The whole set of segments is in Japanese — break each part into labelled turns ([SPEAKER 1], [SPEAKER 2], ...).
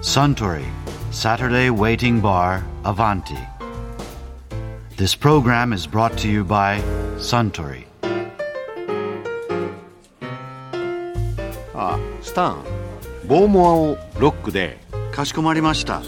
[SPEAKER 1] Suntory Saturday Waiting Bar Avanti. This program is brought to you by Suntory.
[SPEAKER 2] あスタンボーモアをロックで
[SPEAKER 1] かしこまりました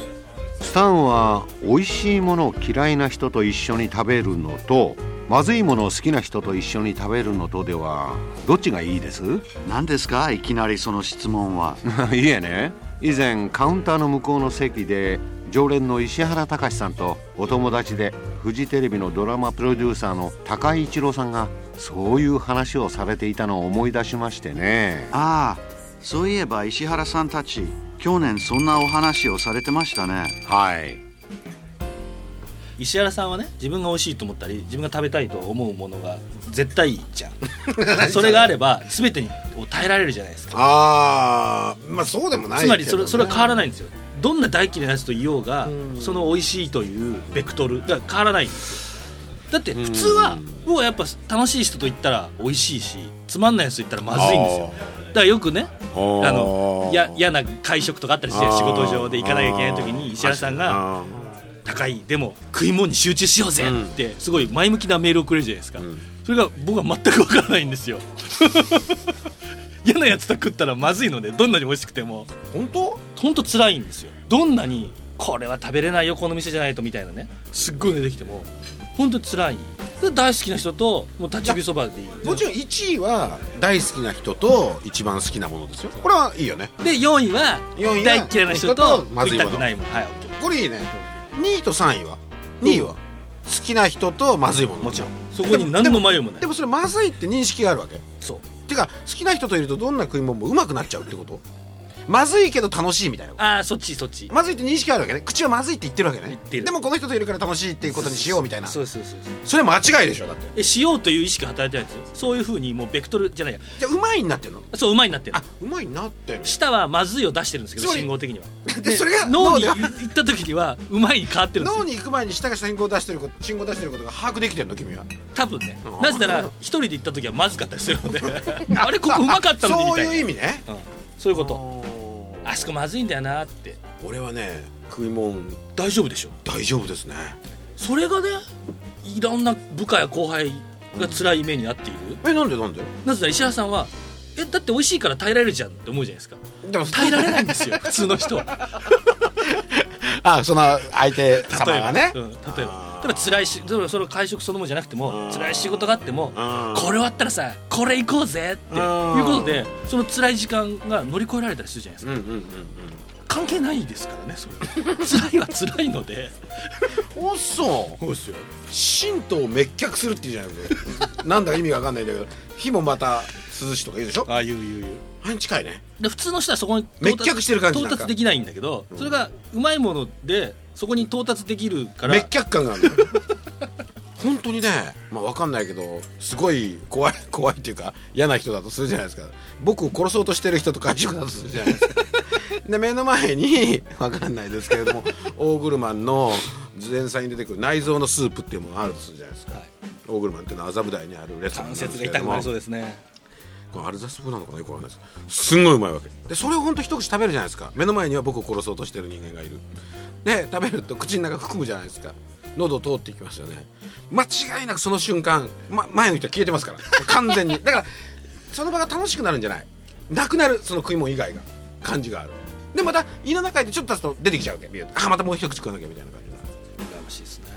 [SPEAKER 2] スタンは美味しいものを嫌いな人と一緒に食べるのとまずいものを好きな人と一緒に食べるのとではどっちがいいです
[SPEAKER 1] 何ですかいきなりその質問はい
[SPEAKER 2] えね以前カウンターの向こうの席で常連の石原隆さんとお友達でフジテレビのドラマプロデューサーの高井一郎さんがそういう話をされていたのを思い出しましてね
[SPEAKER 1] ああそういえば石原さんたち去年そんなお話をされてましたね
[SPEAKER 2] はい
[SPEAKER 3] 石原さんはね自分が美味しいと思ったり自分が食べたいと思うものが絶対いいじゃんそれがあれば全てを耐えられるじゃないですか
[SPEAKER 4] ああまあそうでもない
[SPEAKER 3] つ
[SPEAKER 4] けど
[SPEAKER 3] まり
[SPEAKER 4] ね
[SPEAKER 3] それそれは変わらないんですよどんな大嫌いなやつと言おうがその美味しいというベクトルが変わらないんですよだって普通は僕はやっぱ楽しい人と言ったら美味しいしつまんないやつと言ったらまずいんですよだからよくねあ
[SPEAKER 4] ー
[SPEAKER 3] のや嫌な会食とかあったりして仕事上で行かなきゃいけない時に石原さんが
[SPEAKER 4] あ
[SPEAKER 3] 高いでも食い物に集中しようぜってすごい前向きなメールをくれるじゃないですか、それが僕は全くわからないんですよ 嫌なやつと食ったらまずいのでどんなに美味しくても
[SPEAKER 4] ー本当
[SPEAKER 3] ほんと辛いんですよどんなにこれは食べれないよこの店じゃないとみたいなねすっごい出てきてもほんと辛いで大好きな人ともう立ち食いそばでいい
[SPEAKER 4] もちろん1位は大好きな人と一番好きなものですよこれはいいよね
[SPEAKER 3] で4位は
[SPEAKER 4] 四位は
[SPEAKER 3] 大っ嫌いな人と
[SPEAKER 4] 人とま
[SPEAKER 3] 食
[SPEAKER 4] ずい
[SPEAKER 3] い
[SPEAKER 4] も
[SPEAKER 3] た
[SPEAKER 4] の
[SPEAKER 3] くないもんはい OK
[SPEAKER 4] これいいね2位と3位は2位は好きな人とまずいもの
[SPEAKER 3] もちろんそこに何の迷いもない
[SPEAKER 4] でもそれまずいって認識があるわけ
[SPEAKER 3] そう
[SPEAKER 4] てか好きな人といるとどんな食い物もうまくなっちゃうってことまずいけど楽しいみたいなこと
[SPEAKER 3] ああそっちそっち
[SPEAKER 4] まずいって認識があるわけね口はまずいって言ってるわけね
[SPEAKER 3] 言ってる
[SPEAKER 4] でもこの人といるから楽しいっていうことにしようみたいな
[SPEAKER 3] そうそうそうそう
[SPEAKER 4] それ間違いでしょだって
[SPEAKER 3] えしようという意識が働いてないんですよそういうふうにもうベクトルじゃないや
[SPEAKER 4] じゃあうまいになってるの
[SPEAKER 3] そううまいになってる
[SPEAKER 4] あうまいになってる
[SPEAKER 3] 舌はまずいを出してるんですけど
[SPEAKER 4] つまり
[SPEAKER 3] 信号的には
[SPEAKER 4] でそれが
[SPEAKER 3] 脳
[SPEAKER 4] 脳
[SPEAKER 3] に
[SPEAKER 4] で
[SPEAKER 3] 行った時にはうまいに変わってるんですよ
[SPEAKER 4] 脳に行く前に下が下にこう出してること信号出してることが把握できてるの君は
[SPEAKER 3] 多分ね
[SPEAKER 4] うん
[SPEAKER 3] なぜなら一人で行った時はまずかったりする のであれここうまかったのにみ
[SPEAKER 4] そう
[SPEAKER 3] たい
[SPEAKER 4] い
[SPEAKER 3] な
[SPEAKER 4] う意味ね
[SPEAKER 3] うんそういうことあそこまずいんだよなって
[SPEAKER 4] 俺はね食い物
[SPEAKER 3] 大丈夫でしょ
[SPEAKER 4] 大丈夫ですね
[SPEAKER 3] それがねいろんな部下や後輩が辛い目に遭っている
[SPEAKER 4] えなんでなんで
[SPEAKER 3] なぜなら石原さんはえだって美味しいから耐えられるじゃんって思うじゃないですか
[SPEAKER 4] でも
[SPEAKER 3] 耐えられないんですよ普通の人は
[SPEAKER 4] あその相手様がね
[SPEAKER 3] うん、例えば例えば辛いし例えばその会食そのものじゃなくても辛い仕事があってもこれ終わったらさこれ行こうぜっていうことでその辛い時間が乗り越えられたりするじゃないですか、関係ないですからねそれ 辛いは辛いので
[SPEAKER 4] おっそう
[SPEAKER 3] そうですよ
[SPEAKER 4] 神道を滅却するって言うじゃない なんだか意味がわかんないんだけど火もまた涼しいとか言うでしょ
[SPEAKER 3] ああいういういう
[SPEAKER 4] あれに近いね
[SPEAKER 3] で普通の人はそこに
[SPEAKER 4] 滅却してる感じ
[SPEAKER 3] 到
[SPEAKER 4] なん
[SPEAKER 3] 達
[SPEAKER 4] か
[SPEAKER 3] できないんだけどそれがうまいものでそこに到達できるから
[SPEAKER 4] 滅却感があるの 本当にねまあわかんないけどすごい怖い 怖いっていうか嫌な人だとするじゃないですか僕を殺そうとしてる人と会食だとするじゃないで すかで目の前に わかんないですけれどもオーグルマンの前菜に出てくる内臓のスープっていうものがあるとするじゃないですか、
[SPEAKER 3] はい
[SPEAKER 4] オーグルマンっていうのは麻布台にあるレストランなん
[SPEAKER 3] 関
[SPEAKER 4] です
[SPEAKER 3] 節
[SPEAKER 4] け
[SPEAKER 3] が痛
[SPEAKER 4] れど
[SPEAKER 3] く
[SPEAKER 4] も
[SPEAKER 3] なりそうですね
[SPEAKER 4] これアルザス風なのかなよくわかんないですすんごいうまいわけでそれをほんと一口食べるじゃないですか目の前には僕を殺そうとしてる人間がいるで食べると口の中含むじゃないですか喉を通っていきますよね間違いなくその瞬間、ま、前の人は消えてますから完全にだからその場が楽しくなるんじゃないなくなるその食い物以外が感じがあるでまた胃の中でちょっと経つと出てきちゃうわけビューッとあまたもう一口食わなきゃみたいな感じになる
[SPEAKER 3] 羨ましいですね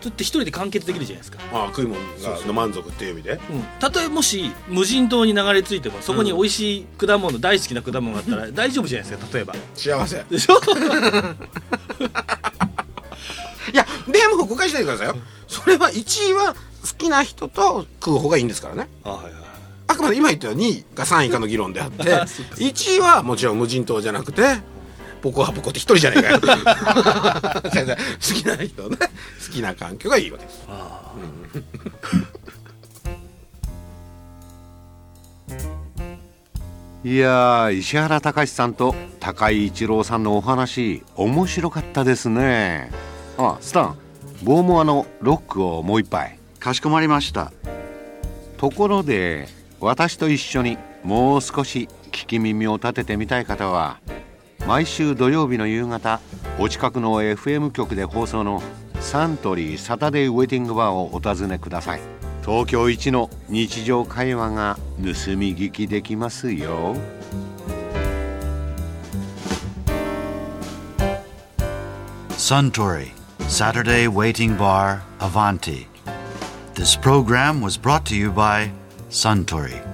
[SPEAKER 3] だって一人で完結できるじゃないですか
[SPEAKER 4] ああ食い物がの満足っていう意味で
[SPEAKER 3] うんたとえもし無人島に流れ着いてもそこに美味しい果物、大好きな果物があったら大丈夫じゃないですか例えば
[SPEAKER 4] 幸せ
[SPEAKER 3] でしょ
[SPEAKER 4] いやでも誤解しないでくださいよそれは1位は好きな人と食う方がいいんですからね
[SPEAKER 3] あはいはい
[SPEAKER 4] あくまで今言ったように2位が3位以下の議論であっ て
[SPEAKER 3] あそっか
[SPEAKER 4] 1位はもちろん無人島じゃなくてポコハポコって一人じゃ ねえかよ 先生好きな人ね好きな環境がいいわけです
[SPEAKER 2] いやー石原隆さんと高井一郎さんのお話面白かったですねあスタンボーモアのロックをもう一杯
[SPEAKER 1] かしこまりました
[SPEAKER 2] ところで私と一緒にもう少し聞き耳を立ててみたい方は毎週土曜日の夕方お近くの FM 局で放送のサントリーサタデーウェイティングバーをお尋ねください東京一の日常会話が盗み聞きできますよ
[SPEAKER 1] Suntory, Saturday Waiting Bar, Avanti. This program was brought to you by Suntory.